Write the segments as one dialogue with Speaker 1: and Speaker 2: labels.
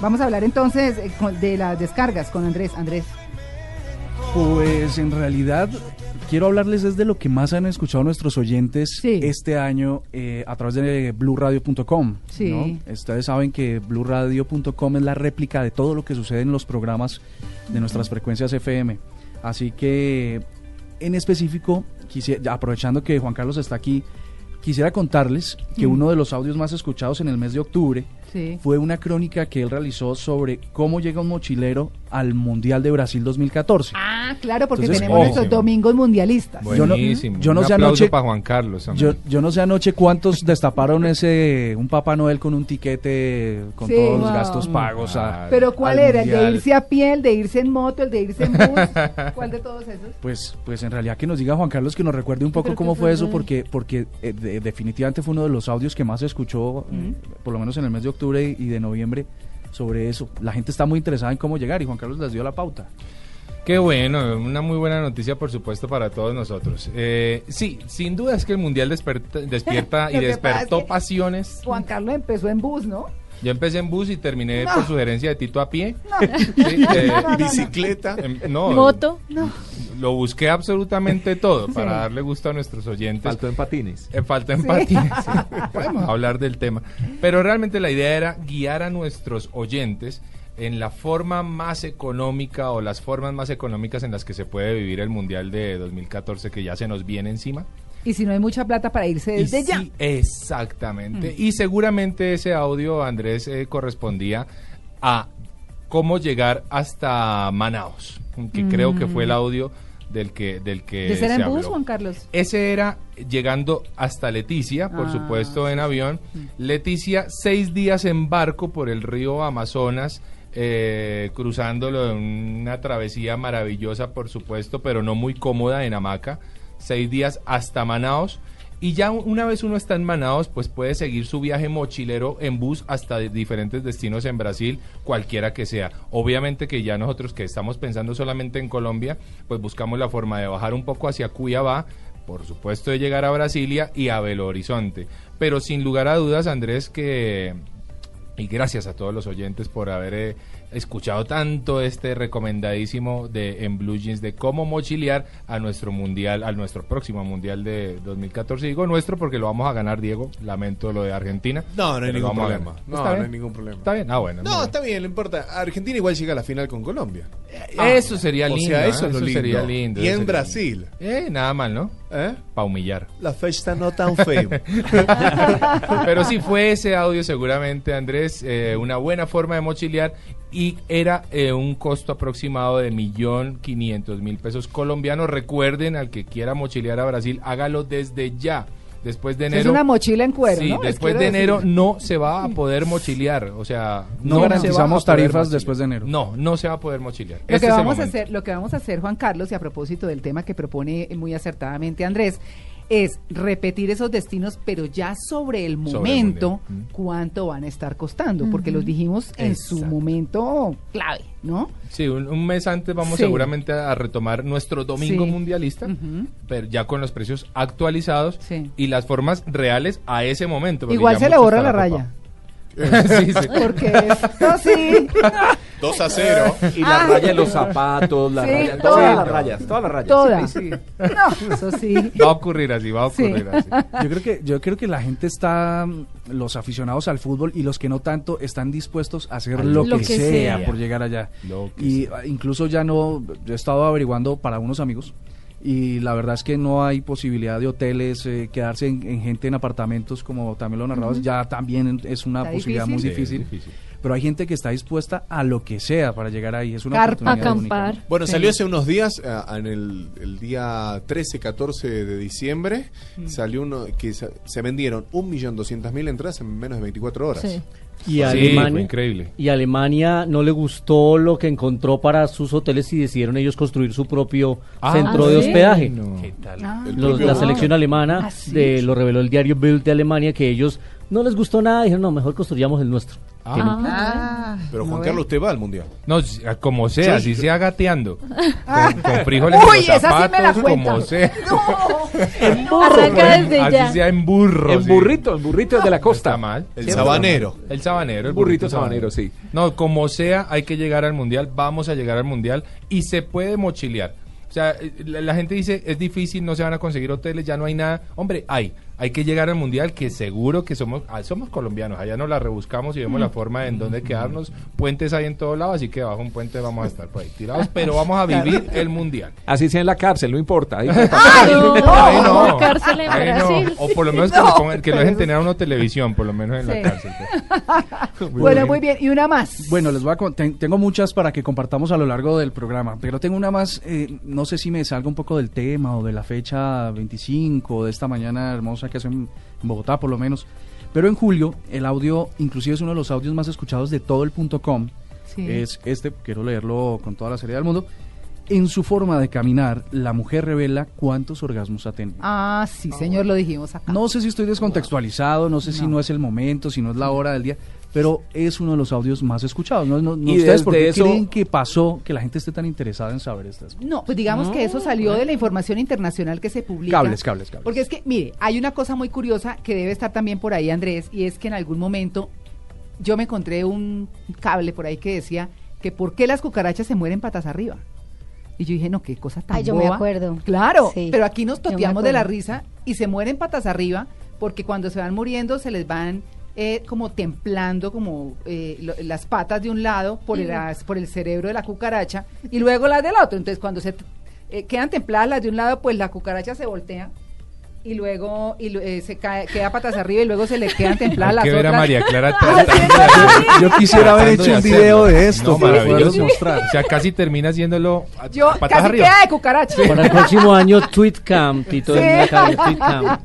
Speaker 1: Vamos a hablar entonces eh, con- de las descargas con Andrés. Andrés,
Speaker 2: Pues en realidad quiero hablarles es de lo que más han escuchado nuestros oyentes
Speaker 1: Sí.
Speaker 2: este año eh, a través de bluradio.com.
Speaker 1: Sí.
Speaker 2: ¿no? Ustedes saben que bluradio.com es la réplica de todo lo que sucede en los programas de nuestras frecuencias FM. Así que en específico, quisi- ya aprovechando que Juan Carlos está aquí, quisiera contarles
Speaker 1: Mm.
Speaker 2: que uno de los audios más escuchados en el mes de octubre
Speaker 1: sí.
Speaker 2: fue una crónica que él realizó sobre cómo llega un mochilero al Mundial de Brasil 2014.
Speaker 1: Ah, claro, porque
Speaker 2: Entonces,
Speaker 1: tenemos
Speaker 2: ojo.
Speaker 1: nuestros domingos mundialistas.
Speaker 2: Bueno.
Speaker 3: Buenísimo.
Speaker 2: yo no
Speaker 3: Un
Speaker 2: sé
Speaker 3: aplauso
Speaker 2: anoche-
Speaker 3: para Juan Carlos. hombre.
Speaker 2: Yo, yo no sé anoche cuántos destaparon ese un Papá Noel con un tiquete con
Speaker 1: Sí.
Speaker 2: todos los
Speaker 1: Wow.
Speaker 2: gastos
Speaker 4: Mm,
Speaker 2: pagos. a-
Speaker 3: Claro.
Speaker 1: Pero ¿cuál
Speaker 2: al
Speaker 1: era? ¿El de
Speaker 2: mundial.
Speaker 1: irse a pie, el de irse en moto, el de irse en bus? ¿Cuál de todos esos?
Speaker 2: Pues, pues en realidad que nos diga Juan Carlos que nos recuerde un poco
Speaker 1: creo que
Speaker 2: cómo
Speaker 1: fue
Speaker 2: fue eso,
Speaker 1: de-
Speaker 2: porque, porque eh, de- definitivamente fue uno de los audios que más se escuchó, eh, por lo menos en el mes de octubre y- y de noviembre, sobre eso. La gente está muy interesada en cómo llegar y Juan Carlos les dio la pauta.
Speaker 3: Qué bueno, una muy buena noticia por supuesto para todos nosotros. Eh, sí, sin duda es que el Mundial desperta- despierta y
Speaker 1: Lo que pasa
Speaker 3: despertó
Speaker 1: es que-
Speaker 3: pasiones.
Speaker 1: Juan Carlos empezó en bus, ¿no?
Speaker 3: Yo empecé en bus y terminé
Speaker 1: No.
Speaker 3: por sugerencia de Tito a pie.
Speaker 1: No.
Speaker 3: Sí, eh,
Speaker 4: Bicicleta.
Speaker 3: em, no,
Speaker 5: Moto.
Speaker 3: Lo busqué absolutamente todo para darle gusto a nuestros oyentes.
Speaker 4: Faltó en patines.
Speaker 3: Eh, falta empatía. sí. Podemos hablar del tema. Pero realmente la idea era guiar a nuestros oyentes en la forma más económica o las formas más económicas en las que se puede vivir el Mundial de 2014 que ya se nos viene encima.
Speaker 1: Y si no hay mucha plata para irse
Speaker 3: Y
Speaker 1: desde
Speaker 3: sí,
Speaker 1: ya. Mm.
Speaker 3: exactamente. Y seguramente ese audio, Andrés, eh, correspondía a cómo llegar hasta Manaos, que creo que fue el audio del que, del que
Speaker 1: Mm. ¿De ser en
Speaker 3: eh, se
Speaker 1: bus,
Speaker 3: habló.
Speaker 1: Juan Carlos?
Speaker 3: Ese era llegando hasta Leticia, por
Speaker 1: Ah,
Speaker 3: supuesto en avión. Leticia, seis días en barco por el río Amazonas, eh, cruzándolo en una travesía maravillosa, por supuesto, pero no muy cómoda en hamaca. Seis días hasta Manaos. Y ya u- una vez uno está en Manaos, pues puede seguir su viaje mochilero en bus hasta de- diferentes destinos en Brasil, cualquiera que sea. Obviamente que ya nosotros que estamos pensando solamente en Colombia, pues buscamos la forma de bajar un poco hacia Cuiabá, por supuesto de llegar a Brasilia y a Belo Horizonte. Pero sin lugar a dudas, Andrés, que... Y gracias a todos los oyentes por haber eh, escuchado tanto este recomendadísimo de en Blue Jeans de cómo mochilear a nuestro mundial, a nuestro próximo mundial de 2014. Digo nuestro porque lo vamos a ganar, Diego. Lamento lo de Argentina.
Speaker 4: No, no hay
Speaker 3: pero
Speaker 4: ningún
Speaker 3: lo vamos a
Speaker 4: problema.
Speaker 3: ganar.
Speaker 4: No,
Speaker 3: ¿Está
Speaker 4: no
Speaker 3: bien?
Speaker 4: hay ningún problema.
Speaker 3: Está bien. Ah, bueno. muy
Speaker 4: No,
Speaker 3: bien.
Speaker 4: está bien, no importa. Argentina igual llega a la final con Colombia.
Speaker 3: Ah, eso sería
Speaker 4: o
Speaker 3: lindo.
Speaker 4: sea,
Speaker 3: ¿eh?
Speaker 4: eso es lo lindo.
Speaker 3: sería lindo.
Speaker 4: Y
Speaker 3: eso
Speaker 4: en
Speaker 3: sería
Speaker 4: Brasil.
Speaker 3: lindo. Eh, nada mal, ¿no?
Speaker 4: ¿Eh?
Speaker 3: Para humillar.
Speaker 4: La fecha no tan fea.
Speaker 3: Pero sí fue ese audio seguramente, Andrés, eh, una buena forma de mochilear y era eh, un costo aproximado de millón quinientos mil pesos colombianos. Recuerden, al que quiera mochilear a Brasil, hágalo desde ya. Después de enero.
Speaker 1: Es una mochila en cuero,
Speaker 3: Sí,
Speaker 1: ¿no? Les
Speaker 3: después de
Speaker 1: quiero
Speaker 3: enero
Speaker 1: decir.
Speaker 3: no se va a poder mochilear, o sea,
Speaker 2: No
Speaker 3: se va a
Speaker 2: garantizamos
Speaker 3: poder
Speaker 2: tarifas
Speaker 3: mochilear.
Speaker 2: después de enero.
Speaker 3: No, no se va a poder mochilear.
Speaker 1: Lo que,
Speaker 3: Este es el
Speaker 1: vamos a
Speaker 3: momento.
Speaker 1: hacer, lo que vamos a hacer, Juan Carlos, y a propósito del tema que propone muy acertadamente Andrés, es repetir esos destinos, pero ya sobre el
Speaker 3: Sobre el
Speaker 1: momento,
Speaker 3: momento. Mm.
Speaker 1: cuánto van a estar costando, porque los dijimos en su
Speaker 3: Exacto.
Speaker 1: momento clave, ¿no?
Speaker 3: Sí, un, un mes antes vamos
Speaker 1: Sí.
Speaker 3: seguramente a a retomar nuestro domingo
Speaker 1: Sí.
Speaker 3: mundialista,
Speaker 1: Ujú.
Speaker 3: pero ya con los precios actualizados
Speaker 1: Sí.
Speaker 3: y las formas reales a ese momento. porque
Speaker 1: Igual
Speaker 3: ya
Speaker 1: se le
Speaker 3: mucho
Speaker 1: borra la,
Speaker 3: está
Speaker 1: raya.
Speaker 3: copa. Sí, sí.
Speaker 1: Porque esto sí.
Speaker 4: 2 a 0.
Speaker 6: Y la raya de los zapatos, la
Speaker 1: Ah. Sí,
Speaker 6: raya,
Speaker 1: toda.
Speaker 6: todas las rayas, todas las rayas.
Speaker 1: Toda. No, eso sí.
Speaker 3: Va a ocurrir así, va a
Speaker 1: Sí.
Speaker 3: ocurrir así.
Speaker 2: Yo creo que yo creo que la gente está mm, los aficionados al fútbol y los que no tanto están dispuestos a hacer lo, que, sea, por llegar allá.
Speaker 3: Lo que
Speaker 2: y ah, incluso ya no yo he estado averiguando para unos amigos y la verdad es que no hay posibilidad de hoteles eh, quedarse en, en gente en apartamentos como también lo narrabas, ya también es una
Speaker 1: Está
Speaker 2: posibilidad
Speaker 1: difícil.
Speaker 3: Sí,
Speaker 2: muy difícil,
Speaker 3: es difícil.
Speaker 2: pero hay gente que está dispuesta a lo que sea para llegar ahí, es una
Speaker 1: Carpa,
Speaker 2: oportunidad única.
Speaker 5: Acampar.
Speaker 4: Bueno, salió hace unos días, ah, en el, el día 13, 14 de diciembre, salió uno que se, se vendieron 1.200.000 entradas en menos de 24 horas.
Speaker 5: Sí.
Speaker 7: Y
Speaker 3: Sí, fue
Speaker 7: Alemania,
Speaker 3: increíble.
Speaker 7: y Alemania no le gustó lo que encontró para sus hoteles y decidieron ellos construir su propio centro
Speaker 5: ¿Ah,
Speaker 7: de
Speaker 5: sí?
Speaker 7: hospedaje.
Speaker 3: No.
Speaker 1: Ah,
Speaker 4: El
Speaker 7: Los-
Speaker 4: propio-
Speaker 7: la selección alemana
Speaker 1: ¿Ah, sí?
Speaker 7: de- lo reveló el diario Bild de Alemania que ellos No les gustó nada, dijeron, no, mejor construyamos el nuestro.
Speaker 3: Ah.
Speaker 7: Que no-
Speaker 1: Ah,
Speaker 4: Pero
Speaker 1: ¿no
Speaker 4: Juan
Speaker 1: ve?
Speaker 4: Carlos, usted va al mundial.
Speaker 3: No, si- como sea,
Speaker 4: Sí,
Speaker 3: si
Speaker 4: yo-
Speaker 3: sea gateando. Con, con frijoles en
Speaker 1: Uy,
Speaker 3: los
Speaker 1: esa sí me la
Speaker 3: zapatos,
Speaker 1: cuenta.
Speaker 3: como sea.
Speaker 5: Arranca desde
Speaker 3: Así
Speaker 5: ya.
Speaker 3: sea en burro.
Speaker 8: En
Speaker 3: sí.
Speaker 8: burrito, en burrito de la
Speaker 3: No está
Speaker 8: costa.
Speaker 3: mal.
Speaker 4: El sabanero.
Speaker 3: El sabanero, el
Speaker 8: Burrito sabanero, sí.
Speaker 3: No, como sea, hay que llegar al mundial, vamos a llegar al mundial y se puede mochilear. O sea, eh, la, la gente dice, es difícil, no se van a conseguir hoteles, ya no hay nada. Hombre, hay, hay que llegar al mundial que seguro que somos ah, somos colombianos, allá nos la rebuscamos y vemos
Speaker 5: Mm.
Speaker 3: la forma en donde quedarnos. Puentes hay en todo lado, así que bajo un puente vamos a estar por ahí tirados, pero vamos a vivir el mundial.
Speaker 8: Así sea en la cárcel, no importa. Ahí está.
Speaker 5: No,
Speaker 3: Ahí no,
Speaker 5: cárcel en
Speaker 3: ahí no.
Speaker 5: Brasil.
Speaker 3: O por lo menos que,
Speaker 1: No,
Speaker 3: lo pongan- que lo dejen
Speaker 1: pero-
Speaker 3: tener a uno televisión, por lo menos en
Speaker 5: Sí.
Speaker 3: la cárcel. pues.
Speaker 1: Bueno, muy bien. Y una más.
Speaker 2: Bueno, les voy a con- ten- tengo muchas para que compartamos a lo largo del programa, pero tengo una más, eh, no sé si me salga un poco del tema o de la fecha 25 de esta mañana hermosa que hace en en Bogotá por lo menos, pero en julio el audio, inclusive es uno de los audios más escuchados de todo el punto com,
Speaker 1: Sí.
Speaker 2: es este, quiero leerlo con toda la seriedad del mundo. En su forma de caminar, la mujer revela cuántos orgasmos ha tenido.
Speaker 1: Ah, sí, señor, lo dijimos acá.
Speaker 2: No sé si estoy descontextualizado, no sé si
Speaker 1: No.
Speaker 2: no es el momento, si no es la hora del día, pero es uno de los audios más escuchados. ¿no? No- no
Speaker 8: Y
Speaker 2: ¿Ustedes por
Speaker 8: desde
Speaker 2: qué
Speaker 8: eso-
Speaker 2: creen que pasó que la gente esté tan interesada en saber estas cosas?
Speaker 1: No, pues digamos que eso salió de la información internacional que se publica.
Speaker 2: Cables, cables, cables.
Speaker 1: Porque es que, mire, hay una cosa muy curiosa que debe estar también por ahí, Andrés, y es que en algún momento yo me encontré un cable por ahí que decía que por qué las cucarachas se mueren patas arriba. Y yo dije, no, qué cosa tan
Speaker 5: Ay, yo me
Speaker 1: boba.
Speaker 5: acuerdo.
Speaker 1: Claro,
Speaker 5: Sí,
Speaker 1: pero aquí nos
Speaker 5: yo me
Speaker 1: toteamos de la
Speaker 5: acuerdo.
Speaker 1: risa y se mueren patas arriba porque cuando se van muriendo se les van eh, como templando como eh, lo- las patas de un lado por
Speaker 5: Mm.
Speaker 1: el, as- por el cerebro de la cucaracha y luego las del otro. Entonces cuando se t- eh, quedan templadas las de un lado, pues la cucaracha se voltea y luego y, lo- eh, se cae, queda patas arriba y luego se le quedan templadas
Speaker 3: Hay
Speaker 1: las
Speaker 3: que ver a
Speaker 1: otras.
Speaker 3: María Clara
Speaker 1: Así es,
Speaker 3: tratando de hacer-
Speaker 2: Yo quisiera haber
Speaker 3: tratando
Speaker 2: hecho
Speaker 3: de
Speaker 2: un
Speaker 3: hacerlo.
Speaker 2: video de esto
Speaker 3: No,
Speaker 2: para
Speaker 3: maravilloso.
Speaker 2: poderlo mostrar.
Speaker 3: O sea, casi termina haciéndolo a-
Speaker 1: Yo
Speaker 3: patas
Speaker 1: casi
Speaker 3: arriba.
Speaker 1: queda de cucaracha.
Speaker 7: Para el próximo año, TweetCamp, Tito,
Speaker 1: Sí.
Speaker 7: en la calle, TweetCamp.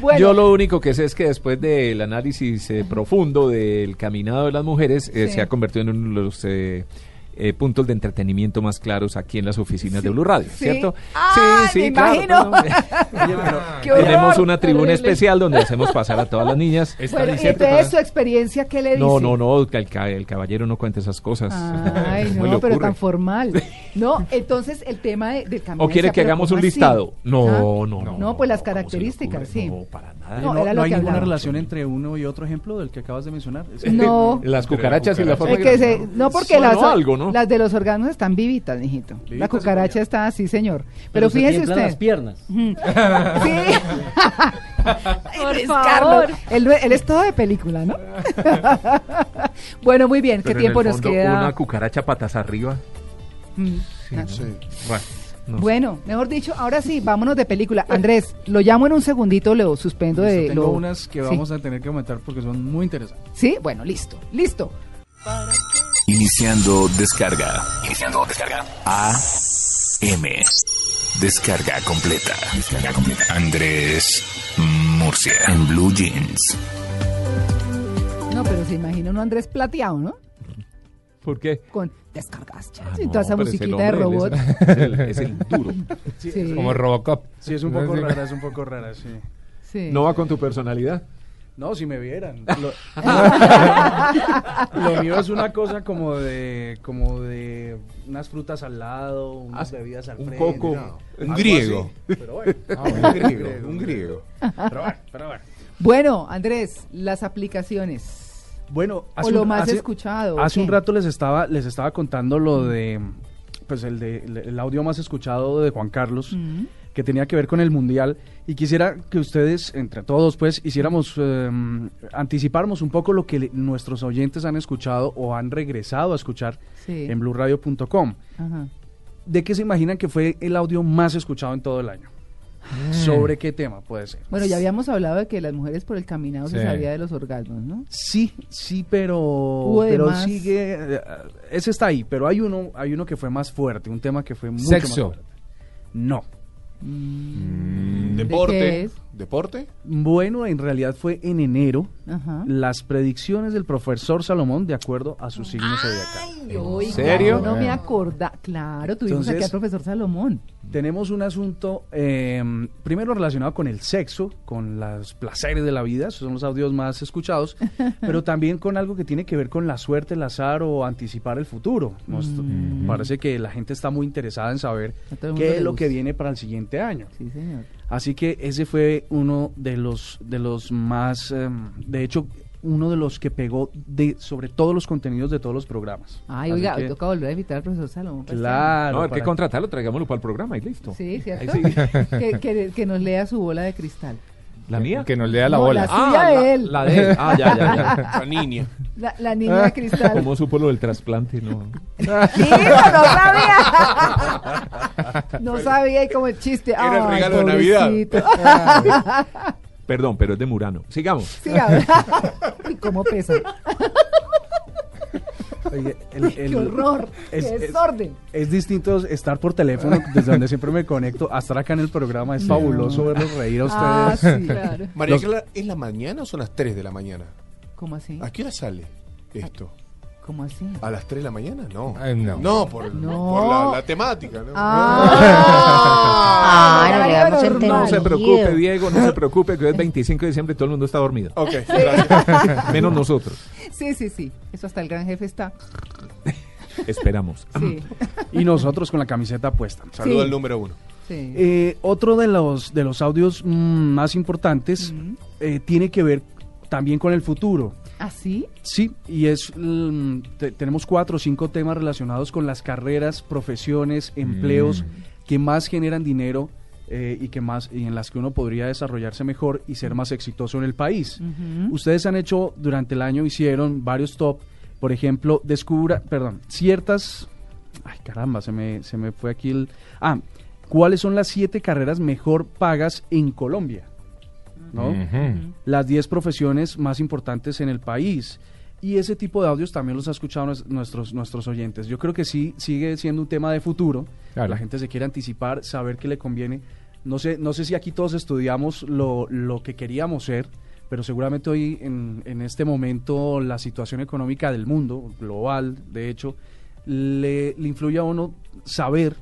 Speaker 1: Bueno,
Speaker 8: Yo lo único que sé es que después del análisis eh, profundo del caminado de las mujeres, eh,
Speaker 1: Sí.
Speaker 8: se ha convertido en uno de los eh, eh, puntos de entretenimiento más claros aquí en las oficinas de Blue Radio,
Speaker 1: Sí.
Speaker 8: ¿cierto?
Speaker 1: Ay, me imagino. Qué horror.
Speaker 8: Tenemos una tribuna
Speaker 5: Horrible.
Speaker 8: especial donde hacemos pasar a todas las niñas.
Speaker 3: Está
Speaker 1: Bueno, y
Speaker 3: diciendo-
Speaker 1: entonces su experiencia, ¿qué le dice?
Speaker 8: No, no, no, el, ca- el caballero no cuenta esas cosas.
Speaker 1: Ay,
Speaker 8: ¿Cómo le
Speaker 1: no, pero
Speaker 8: ocurre?
Speaker 1: tan formal. No, entonces el tema de- del caminar
Speaker 8: ¿O quiere
Speaker 1: decía,
Speaker 8: que
Speaker 1: pero
Speaker 8: hagamos un
Speaker 1: ¿cómo así?
Speaker 8: listado? No,
Speaker 1: Ah,
Speaker 8: no, no.
Speaker 1: No, pues las
Speaker 8: ¿cómo se le
Speaker 1: características,
Speaker 8: ocurre?
Speaker 1: sí.
Speaker 8: No, para nada.
Speaker 1: No,
Speaker 2: Eh, no
Speaker 1: era lo
Speaker 2: no hay
Speaker 1: que
Speaker 2: ninguna
Speaker 1: hablaba.
Speaker 2: relación entre uno y otro ejemplo del que acabas de mencionar. Es que-
Speaker 1: No.
Speaker 8: Las cucarachas y la forma
Speaker 1: Es que se-
Speaker 8: que-
Speaker 1: no, porque
Speaker 8: Sonó
Speaker 1: las,
Speaker 8: algo, ¿no?
Speaker 1: las de los órganos están vivitas, mijito. la
Speaker 2: Vivitas,
Speaker 1: cucaracha
Speaker 2: señora.
Speaker 1: está así, señor. Pero,
Speaker 7: se
Speaker 1: fíjese
Speaker 7: tiemblan
Speaker 1: usted.
Speaker 7: las piernas.
Speaker 1: Mm. Sí. Ay,
Speaker 5: Por
Speaker 1: Luis
Speaker 5: favor.
Speaker 1: Carlos, Él, no- él es todo de película, ¿no? bueno, muy bien. ¿Qué
Speaker 8: Pero en
Speaker 1: tiempo
Speaker 8: el
Speaker 1: nos
Speaker 8: fondo,
Speaker 1: queda?
Speaker 8: Una cucaracha patas arriba.
Speaker 1: Mm.
Speaker 8: Bueno, no sé.
Speaker 1: Bueno, mejor dicho, ahora sí, vámonos de película. Andrés, lo llamo en un segundito, lo suspendo
Speaker 2: Listo,
Speaker 1: de...
Speaker 2: tengo
Speaker 1: lo-
Speaker 2: unas que
Speaker 1: Sí.
Speaker 2: vamos a tener que comentar porque son muy interesantes.
Speaker 1: ¿Sí? Bueno, listo, listo.
Speaker 9: Iniciando descarga. Iniciando descarga. A. M. Descarga completa. Descarga completa. Andrés Murcia. En Blue Jeans.
Speaker 1: No, pero se imagina uno Andrés plateado, ¿no?
Speaker 8: ¿Por qué?
Speaker 1: Con descargas, chas,
Speaker 8: Ah,
Speaker 1: y
Speaker 8: no,
Speaker 1: toda esa
Speaker 8: pero es el
Speaker 1: musiquita de
Speaker 8: hombre,
Speaker 1: robot.
Speaker 8: él Es, es el, es el duro.
Speaker 1: Sí,
Speaker 3: Como Robocop.
Speaker 2: Sí, es un poco rara, es un poco rara, sí.
Speaker 1: sí.
Speaker 8: ¿No va con tu personalidad?
Speaker 2: No, si me vieran. Lo, lo mío es una cosa como de, como de unas frutas al lado, unas bebidas al
Speaker 8: un
Speaker 2: frente.
Speaker 8: coco.
Speaker 2: No,
Speaker 4: Un
Speaker 2: algo
Speaker 4: griego.
Speaker 2: así, pero bueno.
Speaker 4: un griego. Un griego.
Speaker 2: Pero bueno, pero bueno.
Speaker 1: Bueno, Andrés, las aplicaciones.
Speaker 2: Bueno,
Speaker 1: o lo más escuchado. ¿o
Speaker 2: Hace un
Speaker 1: qué?
Speaker 2: rato les estaba, les estaba contando lo de, pues el, de, el- el audio más escuchado de Juan Carlos,
Speaker 1: Mm.
Speaker 2: que tenía que ver con el Mundial, y quisiera que ustedes, entre todos, pues, hiciéramos, eh, anticipáramos un poco lo que le- nuestros oyentes han escuchado o han regresado a escuchar
Speaker 1: Sí.
Speaker 2: en blurradio.com.
Speaker 1: Ajá.
Speaker 2: ¿De qué se imaginan que fue el audio más escuchado en todo el año?
Speaker 1: Ah.
Speaker 2: ¿Sobre qué tema puede ser?
Speaker 1: Bueno, ya habíamos hablado de que las mujeres por el caminado se
Speaker 3: Sí.
Speaker 1: sabía de los orgasmos, ¿no?
Speaker 2: Sí, sí, pero,
Speaker 1: Hubo de
Speaker 2: pero
Speaker 1: más.
Speaker 2: sigue. eh, Ese está ahí, pero hay uno, hay uno que fue más fuerte, un tema que fue mucho
Speaker 3: Sexo.
Speaker 2: más fuerte. No.
Speaker 1: Mm. qué
Speaker 4: Deporte.
Speaker 1: es?
Speaker 4: ¿Deporte?
Speaker 2: Bueno, en realidad fue en enero
Speaker 1: Ajá.
Speaker 2: las predicciones del profesor Salomón de acuerdo a su signo zodiacal.
Speaker 1: Oiga,
Speaker 3: serio? Ah.
Speaker 1: No me acorda. Claro, tuvimos aquí al
Speaker 2: Entonces-
Speaker 1: profesor Salomón.
Speaker 2: Tenemos un asunto eh, primero relacionado con el sexo, con los placeres de la vida, esos son los audios más escuchados, pero también con algo que tiene que ver con la suerte, el azar o anticipar el futuro. Nos- Parece que la gente está muy interesada en saber
Speaker 1: Mm. A todo el mundo
Speaker 2: qué
Speaker 1: le
Speaker 2: es lo que
Speaker 1: gusta.
Speaker 2: viene para el siguiente año.
Speaker 1: Sí, señor.
Speaker 2: Así que ese fue uno de los de los más, em, de hecho, uno de los que pegó de sobre todos los contenidos de todos los programas.
Speaker 1: Ay,
Speaker 2: Así
Speaker 1: oiga,
Speaker 2: que,
Speaker 1: toca volver a invitar al profesor Salomón. para
Speaker 2: claro.
Speaker 8: no, hay que
Speaker 2: para-
Speaker 8: contratarlo, traigámoslo para el programa y listo.
Speaker 1: estar- Sí, ¿cierto?
Speaker 8: Ahí
Speaker 1: que, que- que nos lea su bola de cristal.
Speaker 8: ¿La mía? Ah,
Speaker 3: Que nos lea la
Speaker 1: No,
Speaker 3: bola.
Speaker 1: la- suya
Speaker 8: la,
Speaker 1: de él.
Speaker 8: la de él. Ah, ya, ya, ya.
Speaker 4: La niña.
Speaker 1: La, la niña de cristal.
Speaker 8: ¿Cómo supo lo del trasplante? No.
Speaker 1: Sí, no sabía. No sabía y como el chiste.
Speaker 4: Era el
Speaker 1: Ay,
Speaker 4: regalo de Navidad.
Speaker 1: pobrecito.
Speaker 8: Perdón, pero es de Murano. Sigamos.
Speaker 1: Sí, habla. Uy, cómo pesa.
Speaker 2: Oye, el- el-
Speaker 1: Qué horror.
Speaker 2: es-
Speaker 1: Qué
Speaker 2: es-
Speaker 1: desorden.
Speaker 2: Es distinto estar por teléfono, desde donde siempre me conecto, a estar acá en el programa. Es fabuloso verlos reír a
Speaker 1: Ah,
Speaker 2: ustedes.
Speaker 1: sí, claro.
Speaker 4: María
Speaker 2: Los-
Speaker 4: Clara, ¿es la mañana o son las 3 de la mañana?
Speaker 1: ¿Cómo así?
Speaker 4: ¿A qué hora sale esto?
Speaker 1: ¿Cómo así?
Speaker 4: ¿A las 3 de la mañana? No.
Speaker 3: Ay, no.
Speaker 4: por,
Speaker 1: No.
Speaker 4: por la, la temática. ¿no?
Speaker 1: Ah,
Speaker 5: Ah, no, le
Speaker 1: horario
Speaker 5: damos el
Speaker 1: normal.
Speaker 8: No se
Speaker 5: Ay,
Speaker 8: preocupe,
Speaker 5: Dios.
Speaker 8: Diego, no se preocupe, que hoy es 25 de diciembre y todo el mundo está dormido.
Speaker 4: Ok, gracias.
Speaker 8: Menos nosotros.
Speaker 1: Sí, sí, sí. Eso hasta el gran jefe está.
Speaker 8: Esperamos.
Speaker 1: Sí,
Speaker 2: Y nosotros con la camiseta puesta.
Speaker 4: Saludo
Speaker 1: Sí.
Speaker 4: al número uno.
Speaker 1: sí.
Speaker 2: Eh, otro de los, de los audios mm, más importantes eh, tiene que ver también con el futuro.
Speaker 1: ¿Así?
Speaker 2: Sí, y es mm, te- tenemos cuatro o cinco temas relacionados con las carreras, profesiones, empleos que más generan dinero eh, y que más y en las que uno podría desarrollarse mejor y ser más exitoso en el país. Ustedes han hecho durante el año hicieron varios top, por ejemplo, descubra, perdón, ciertas ay caramba, se me se me fue aquí el ah, ¿cuáles son las siete carreras mejor pagas en Colombia? ¿No?
Speaker 8: Mm.
Speaker 3: Ujú.
Speaker 2: las 10 profesiones más importantes en el país. Y ese tipo de audios también los ha escuchado nues- nuestros, nuestros oyentes. Yo creo que sí sigue siendo un tema de futuro.
Speaker 3: Claro.
Speaker 2: La gente se quiere anticipar, saber qué le conviene. No sé, no sé si aquí todos estudiamos lo, lo que queríamos ser, pero seguramente hoy en, en este momento la situación económica del mundo, global, de hecho, le, le influye a uno saber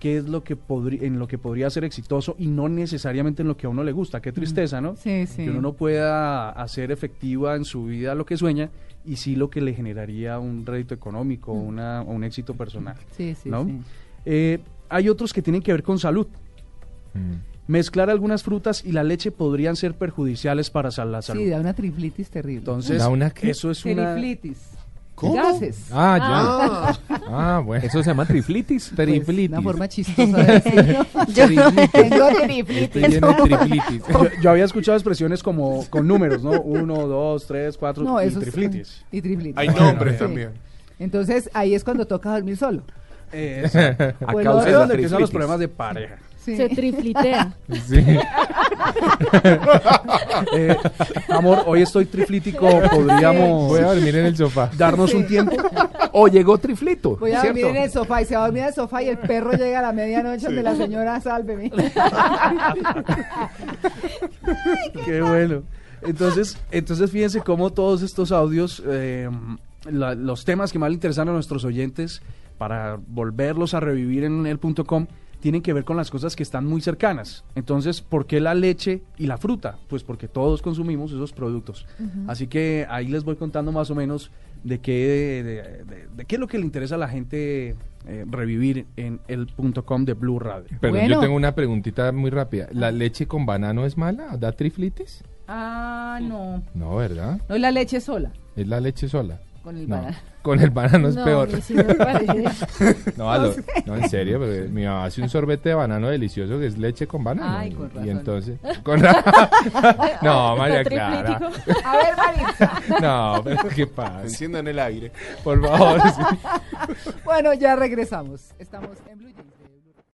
Speaker 2: qué es lo que podri- en lo que podría ser exitoso y no necesariamente en lo que a uno le gusta. Qué tristeza, ¿no?
Speaker 1: Sí, sí.
Speaker 2: que uno no pueda hacer efectiva en su vida lo que sueña y sí lo que le generaría un rédito económico,
Speaker 1: Mm.
Speaker 2: una, o un éxito personal.
Speaker 1: Sí, sí,
Speaker 2: ¿no?
Speaker 1: sí.
Speaker 2: Eh, hay otros que tienen que ver con salud.
Speaker 1: Mm.
Speaker 2: Mezclar algunas frutas y la leche podrían ser perjudiciales para sal- la salud.
Speaker 1: Sí, da una triflitis terrible.
Speaker 2: Entonces,
Speaker 3: ¿Da una qué?
Speaker 2: eso es una...
Speaker 1: Triflitis.
Speaker 4: ¿Cómo?
Speaker 1: Gases.
Speaker 3: Ah,
Speaker 4: Ah,
Speaker 3: ya. Ah, bueno.
Speaker 8: Eso se llama triflitis.
Speaker 1: Pues,
Speaker 3: Triflitis.
Speaker 1: una forma chistosa de decirlo.
Speaker 5: Yo no tengo
Speaker 3: Estoy lleno de triflitis.
Speaker 2: Yo, yo había escuchado expresiones como con números, ¿no? Uno, dos, tres, cuatro,
Speaker 1: No,
Speaker 2: y
Speaker 1: eso es-
Speaker 2: triflitis.
Speaker 1: Y triflitis.
Speaker 4: hay nombres
Speaker 1: Sí.
Speaker 4: también.
Speaker 1: Entonces, ahí es cuando toca dormir solo.
Speaker 2: Eh, eso. A
Speaker 1: Bueno,
Speaker 2: causa
Speaker 1: ¿dónde
Speaker 2: de donde empiezan los
Speaker 8: triflitis?
Speaker 2: problemas de pareja.
Speaker 1: Sí.
Speaker 5: Se triflitea.
Speaker 3: Sí.
Speaker 2: Eh, amor, hoy estoy triflítico, podríamos
Speaker 3: Voy a dormir en el sofá.
Speaker 2: darnos un tiempo.
Speaker 8: O llegó triflito.
Speaker 1: Voy a
Speaker 8: ¿cierto?
Speaker 1: dormir en el sofá y se va a dormir en el sofá y el perro llega a la medianoche donde la señora sálveme.
Speaker 2: Qué bueno. Entonces, entonces fíjense cómo todos estos audios, eh, la- los temas que más le interesan a nuestros oyentes para volverlos a revivir en el punto com tienen que ver con las cosas que están muy cercanas. Entonces, ¿por qué la leche y la fruta? Pues porque todos consumimos esos productos. Así que ahí les voy contando más o menos de qué, de, de- de qué es lo que le interesa a la gente eh, revivir en el punto com de Blue Radio.
Speaker 3: Perdón,
Speaker 1: Bueno.
Speaker 3: yo tengo una preguntita muy rápida. ¿La leche con banano es mala? ¿Da triflitis?
Speaker 1: Ah, no.
Speaker 3: No, ¿verdad?
Speaker 1: No es la leche sola.
Speaker 3: Es la leche sola.
Speaker 1: Con el
Speaker 3: No,
Speaker 1: banano.
Speaker 3: Con el banano es
Speaker 5: no,
Speaker 3: peor.
Speaker 5: a mí sí me parece.
Speaker 3: No, a lo- no, en serio, pero mi mamá hace un sorbete de banano delicioso que es leche con banano.
Speaker 1: Ay, con razón.
Speaker 3: Y entonces. con ra- no, María Clara.
Speaker 5: Triplítico.
Speaker 1: A ver, Maritza.
Speaker 3: No, pero qué pasa.
Speaker 4: Ah, Enciendan el aire.
Speaker 3: Por favor. sí.
Speaker 1: Bueno, ya regresamos. Estamos en Blue Jeans.